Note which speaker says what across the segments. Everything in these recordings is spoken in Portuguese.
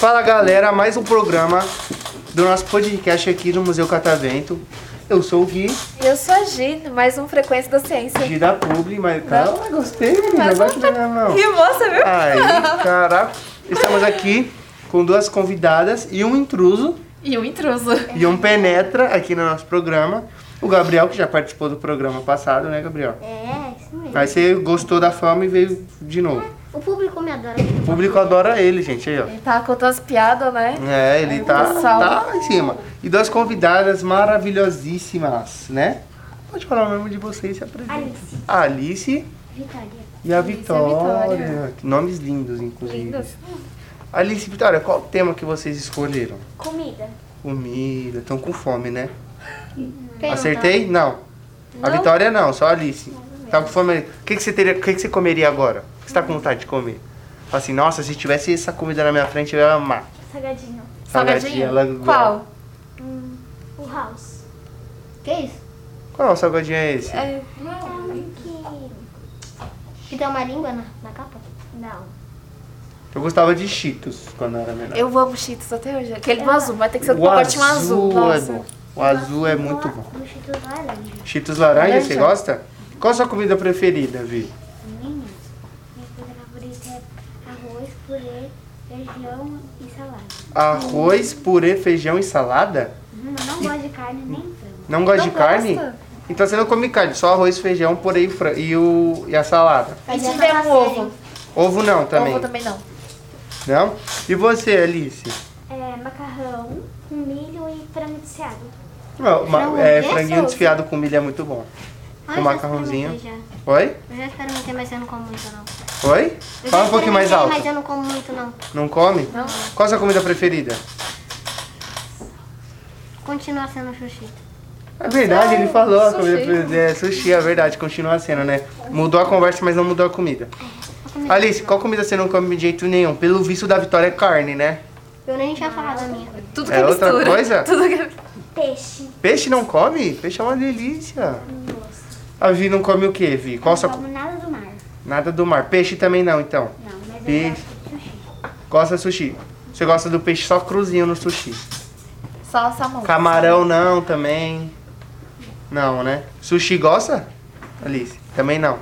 Speaker 1: Fala galera, mais um programa do nosso podcast aqui no Museu Catavento. Eu sou o Gui,
Speaker 2: E eu sou a Gi, mais um Frequência da Ciência.
Speaker 1: Gui da Publi, mas tá,
Speaker 2: Não.
Speaker 1: gostei, menina, não
Speaker 2: Mas
Speaker 1: vai
Speaker 2: não- tá
Speaker 1: te não.
Speaker 2: Que moça, viu?
Speaker 1: Aí, caraca, estamos aqui com duas convidadas e um intruso
Speaker 2: E um intruso.
Speaker 1: e um penetra aqui no nosso programa. O Gabriel, que já participou do programa passado, né, Gabriel?
Speaker 3: É, isso mesmo.
Speaker 1: Aí você gostou da fama e veio de novo.
Speaker 3: O público me adora.
Speaker 1: O público adora ele, gente, aí, ó.
Speaker 2: Ele tava contando as piadas, né?
Speaker 1: É, ele
Speaker 2: o
Speaker 1: tá,
Speaker 2: pessoal-
Speaker 1: tá em cima. E duas convidadas maravilhosíssimas, né? Pode falar o nome de vocês se apresentem.
Speaker 3: Alice,
Speaker 1: A Alice
Speaker 3: Vitória.
Speaker 1: e a
Speaker 2: Alice e a
Speaker 1: Vitória.
Speaker 2: Vitória.
Speaker 1: Nomes lindos, inclusive.
Speaker 2: Lindas.
Speaker 1: Alice e Vitória, qual o tema que vocês escolheram?
Speaker 3: Comida.
Speaker 1: Comida, estão com fome, né?
Speaker 3: Pergunta.
Speaker 1: Acertei? Não. A
Speaker 2: Não.
Speaker 1: Vitória um não, só a Alice. Tá com fome? O que, que você teria, o que, que você comeria agora? O que você tá com vontade de comer? Fala assim, nossa, se tivesse essa comida na minha frente, eu ia amar.
Speaker 3: Salgadinho.
Speaker 1: Salgadinho,
Speaker 2: Salgadinho?
Speaker 1: ela gosta.
Speaker 2: Qual?
Speaker 3: Hum, o house. Que isso?
Speaker 1: Qual salgadinho é esse?
Speaker 2: É,
Speaker 3: É um que... Que tem uma língua na, na capa? Não.
Speaker 1: Eu gostava de Cheetos quando eu era menor.
Speaker 2: eu amo Cheetos até hoje. Aquele do azul, mas tem que ser do
Speaker 1: o
Speaker 2: pacotinho
Speaker 1: azul,
Speaker 2: um azul.
Speaker 1: é
Speaker 2: Nossa.
Speaker 1: bom. O azul é muito bom.
Speaker 3: Do Cheetos laranja.
Speaker 1: Cheetos laranja,
Speaker 2: Laranja.
Speaker 1: você gosta? Qual a sua comida preferida, Vi?
Speaker 3: Minha, minha coisa favorita é arroz, purê, feijão e salada.
Speaker 1: Arroz, purê, feijão e salada?
Speaker 3: Hum, eu não gosto de carne nem frango.
Speaker 1: Não gosta
Speaker 2: Não
Speaker 1: de carne?
Speaker 2: gosta.
Speaker 1: Então você não come carne, só arroz, feijão, purê e, fran- e, o... e a salada.
Speaker 2: E
Speaker 3: Mas
Speaker 2: se
Speaker 3: é
Speaker 2: tiver um
Speaker 3: uma
Speaker 2: ovo?
Speaker 1: Ovo não também.
Speaker 2: Ovo também não.
Speaker 1: Não? E você, Alice?
Speaker 3: É macarrão com milho e frango desfiado.
Speaker 1: Não, ma-
Speaker 3: Frango
Speaker 1: é,
Speaker 3: quê?
Speaker 1: franguinho
Speaker 3: Frango.
Speaker 1: desfiado com milho é muito bom.
Speaker 3: Ah,
Speaker 1: Com
Speaker 3: eu já
Speaker 1: macarrãozinho.
Speaker 3: experimentei
Speaker 1: Oi?
Speaker 3: Já. Eu já experimentei, mas eu não como muito não.
Speaker 1: Oi?
Speaker 3: Eu
Speaker 1: Fala
Speaker 3: já
Speaker 1: um pouquinho mais
Speaker 3: experimentei,
Speaker 1: alto.
Speaker 3: Mas eu não como muito não.
Speaker 1: Não come?
Speaker 2: Não?
Speaker 1: Qual a sua comida preferida?
Speaker 3: Continua sendo chuchito.
Speaker 1: É verdade, ele falou a comida
Speaker 2: Sushi.
Speaker 1: preferida. É, sushi, é verdade, continua a cena, né? Mudou a conversa, mas não mudou a comida. Alice, qual comida você não come de jeito nenhum? Pelo visto da Vitória é carne, né?
Speaker 3: Eu nem tinha falado a minha.
Speaker 2: Tudo que
Speaker 1: É outra
Speaker 2: mistura.
Speaker 1: coisa?
Speaker 2: Tudo que...
Speaker 3: Peixe.
Speaker 1: Peixe não come? Peixe é uma delícia. A Vi não come o quê, Vi? Qual a sua...
Speaker 3: Não como nada do mar.
Speaker 1: Nada do mar. Peixe também não, então.
Speaker 3: Não, mas eu
Speaker 1: Peixe.
Speaker 3: gosto de sushi.
Speaker 1: Gosta de sushi. Você gosta do peixe só cruzinho no sushi.
Speaker 2: Só salmão.
Speaker 1: Camarão não também. Não, né? Sushi gosta? Alice, também não.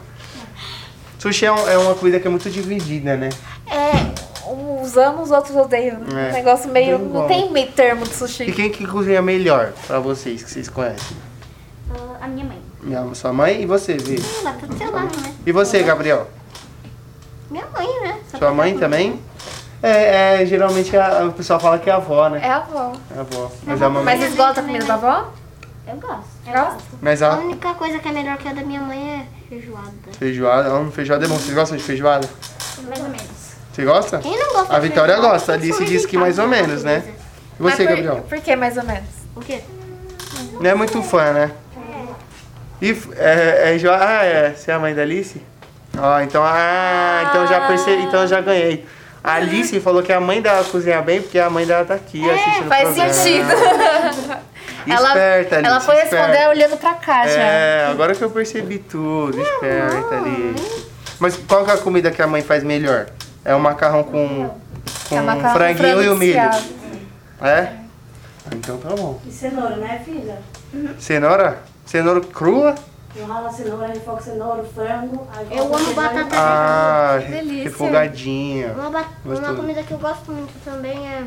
Speaker 1: Sushi é, um- é uma comida que é muito dividida, né?
Speaker 2: É, uns amam, os outros odeiam. né?
Speaker 1: É.
Speaker 2: Um negócio meio...
Speaker 1: Bem bom.
Speaker 2: Não tem meio termo de
Speaker 1: E
Speaker 2: sushi.
Speaker 1: quem que cozinha melhor pra vocês, que vocês conhecem?
Speaker 3: Ah, a minha mãe.
Speaker 1: Minha, sua mãe e você, Vi.
Speaker 3: Sei lá, tudo seu lado, né?
Speaker 1: E você, Gabriel?
Speaker 3: Minha mãe, né? Só
Speaker 1: Sua
Speaker 3: que
Speaker 1: mãe
Speaker 3: eu-
Speaker 1: também? É, é, geralmente a, o pessoal fala que é a avó, né?
Speaker 2: É a avó.
Speaker 1: É a avó. Mas a
Speaker 2: Mas
Speaker 1: mamãe.
Speaker 2: vocês gostam da comida da avó?
Speaker 3: Eu gosto. Eu
Speaker 2: Gosta?
Speaker 3: gosto.
Speaker 1: Mas
Speaker 3: A
Speaker 1: a
Speaker 3: única coisa que é melhor que a da minha mãe é feijoada.
Speaker 1: feijoada, hum, feijoada é bom. Vocês gostam de feijoada?
Speaker 3: Mais ou menos.
Speaker 1: Você gosta?
Speaker 3: Quem não gosta
Speaker 1: A
Speaker 3: de
Speaker 1: Vitória
Speaker 3: feijoada?
Speaker 1: gosta. A Alice
Speaker 3: Sou
Speaker 1: diz que mais ou menos, né? E
Speaker 2: Mas
Speaker 1: você,
Speaker 2: por-
Speaker 1: Gabriel?
Speaker 2: Por que mais ou menos?
Speaker 3: O quê?
Speaker 1: Não é muito fã, né? E f- é, é, jo- ah, é. Você é a mãe da Alice? Ó, então. Ah, então já percebi, então já ganhei. A Alice falou que a mãe dela cozinha bem porque a mãe dela tá aqui assistindo. o
Speaker 2: É, Faz
Speaker 1: programa.
Speaker 2: sentido. ela,
Speaker 1: Esperta, Alice,
Speaker 2: ela foi responder
Speaker 1: esperta.
Speaker 2: olhando pra cá já.
Speaker 1: É, agora que eu percebi tudo, esperta, Alice. Mas qual que é a comida que a mãe faz melhor? É o macarrão com, com
Speaker 2: É macarrão
Speaker 1: franguinho e o milho.
Speaker 2: franceado.
Speaker 1: É? Ah, Então tá bom.
Speaker 4: E cenoura, né, filha?
Speaker 1: Cenoura? Cenoura crua?
Speaker 4: Enrola a cenoura, refoga a cenoura, o frango. aí
Speaker 3: Eu
Speaker 4: coloca
Speaker 3: amo
Speaker 4: o feijão
Speaker 3: batata
Speaker 1: Ah,
Speaker 2: delícia.
Speaker 1: refogadinha.
Speaker 3: Uma, ba- uma
Speaker 1: Gostoso.
Speaker 3: comida que eu gosto muito também é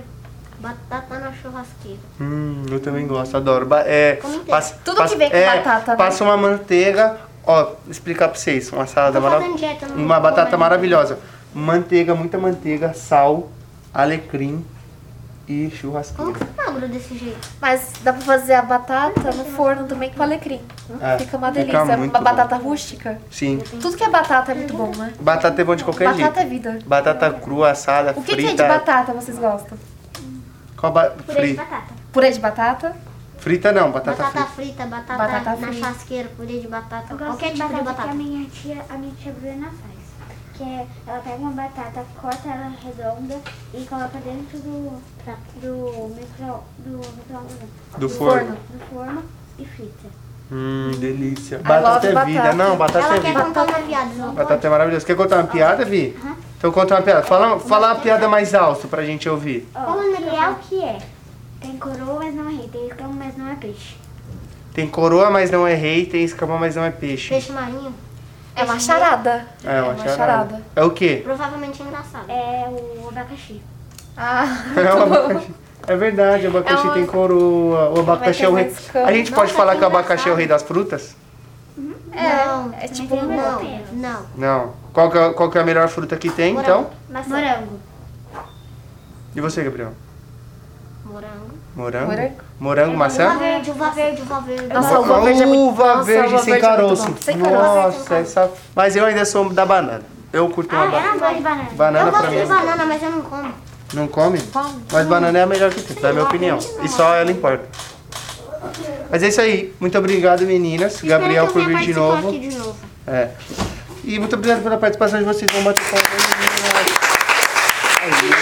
Speaker 3: batata na churrasqueira.
Speaker 1: Hum, eu também gosto, adoro. Ba- é,
Speaker 3: Como inteiro.
Speaker 1: passa-
Speaker 2: Tudo
Speaker 1: passa-
Speaker 2: que vem com
Speaker 1: é,
Speaker 2: batata, né?
Speaker 1: Passa uma manteiga, ó, explicar pra vocês, uma salada
Speaker 3: Tô fazendo
Speaker 1: maravilhosa.
Speaker 3: dieta, não
Speaker 1: Uma
Speaker 3: vou
Speaker 1: batata
Speaker 3: comer.
Speaker 1: maravilhosa. Manteiga, muita manteiga, sal, alecrim e
Speaker 3: Como que
Speaker 2: Hum?
Speaker 1: churrasqueira.
Speaker 3: você magro desse jeito?
Speaker 2: Mas dá pra fazer a batata no forno também com alecrim.
Speaker 1: É,
Speaker 2: fica uma
Speaker 1: fica
Speaker 2: delícia.
Speaker 1: muito
Speaker 2: uma
Speaker 1: bom.
Speaker 2: batata rústica.
Speaker 1: Sim.
Speaker 2: Tudo que é batata é muito bom, né?
Speaker 1: Batata é bom de qualquer
Speaker 2: batata é
Speaker 1: jeito.
Speaker 2: vida.
Speaker 1: Batata crua, assada,
Speaker 2: O que, que é
Speaker 1: frita.
Speaker 2: de batata vocês gostam?
Speaker 1: Qual ba-
Speaker 3: Purê de
Speaker 1: fri-
Speaker 3: batata.
Speaker 2: Purê de batata?
Speaker 1: Frita não, batata,
Speaker 3: Batata
Speaker 1: frita.
Speaker 3: frita, batata,
Speaker 2: Batata
Speaker 3: na
Speaker 2: frita.
Speaker 3: churrasqueira, purê de batata,
Speaker 5: Eu gosto
Speaker 3: qualquer
Speaker 5: de
Speaker 3: tipo de
Speaker 5: batata, que a
Speaker 3: batata.
Speaker 5: minha tia, a minha tia Bruna faz. Que é, ela pega uma batata, corta ela redonda e coloca dentro do do micro do micro-ondas, não,
Speaker 1: Do forno.
Speaker 5: do forno e frita.
Speaker 1: Hum, delícia.
Speaker 2: I love
Speaker 1: Batata é vida.
Speaker 2: batata.
Speaker 1: Não, batata
Speaker 3: Ela
Speaker 1: é
Speaker 3: quer
Speaker 1: vida.
Speaker 3: contar uma piada, não
Speaker 1: tá Batata é maravilhosa. Quer contar uma piada, Vi?
Speaker 5: Aham.
Speaker 1: Então conta uma piada. Fala, fala uma piada mais alto pra gente ouvir.
Speaker 5: Ó,
Speaker 3: Como
Speaker 5: é
Speaker 3: Miguel?
Speaker 5: o que é? Tem coroa, mas não é rei. Tem escama, mas não é peixe.
Speaker 1: Tem coroa, mas não é rei. Tem escama, mas não é peixe.
Speaker 3: Peixe marinho.
Speaker 2: É uma charada.
Speaker 1: É uma charada. É o quê?
Speaker 3: Provavelmente engraçado.
Speaker 5: É o abacaxi.
Speaker 2: Ah,
Speaker 1: É, o
Speaker 2: muito bom.
Speaker 1: abacaxi. É verdade, o abacaxi
Speaker 2: É uma-
Speaker 1: tem coroa. O abacaxi é o
Speaker 2: ter
Speaker 1: rei.
Speaker 2: mais
Speaker 1: A
Speaker 2: escama.
Speaker 1: gente pode
Speaker 3: Nossa,
Speaker 1: falar
Speaker 3: que
Speaker 1: que o abacaxi é o
Speaker 3: engraçado.
Speaker 1: rei das frutas?
Speaker 2: É,
Speaker 3: não,
Speaker 2: é tipo um
Speaker 3: não,
Speaker 5: mel.
Speaker 3: não.
Speaker 1: Não. Qual que é, qual que é a melhor fruta que tem, então?
Speaker 3: Maçã.
Speaker 5: Morango.
Speaker 1: E você, Gabriel?
Speaker 3: Morango.
Speaker 1: Morango?
Speaker 2: Morango.
Speaker 1: Morango, maçã?
Speaker 3: Uva verde, uva verde, uva verde.
Speaker 2: Nossa,
Speaker 1: A
Speaker 2: uva verde é muito-
Speaker 1: uva
Speaker 2: Nossa,
Speaker 1: verde
Speaker 2: uva
Speaker 1: sem
Speaker 2: verde é muito
Speaker 1: caroço.
Speaker 2: bom. Sem caroço.
Speaker 1: Nossa, essa. Mas eu ainda sou da banana. Eu curto uma
Speaker 5: Ah, eu
Speaker 1: banana.
Speaker 5: não gosto de
Speaker 2: é?
Speaker 5: banana.
Speaker 1: Banana
Speaker 3: eu
Speaker 1: pra
Speaker 3: gosto de
Speaker 1: mim. é
Speaker 3: banana, mas eu não como.
Speaker 1: Não come?
Speaker 2: Come.
Speaker 1: Mas banana é a melhor que tem, na minha opinião. E só ela importa. Mas é isso aí. Muito obrigado, meninas. Gabriel
Speaker 3: Espero que
Speaker 1: por
Speaker 3: eu venha
Speaker 1: vir de
Speaker 3: participar
Speaker 1: novo.
Speaker 3: Aqui de novo.
Speaker 1: É. E muito obrigado pela participação de vocês. Vamos bater palmas, meninas. Aí.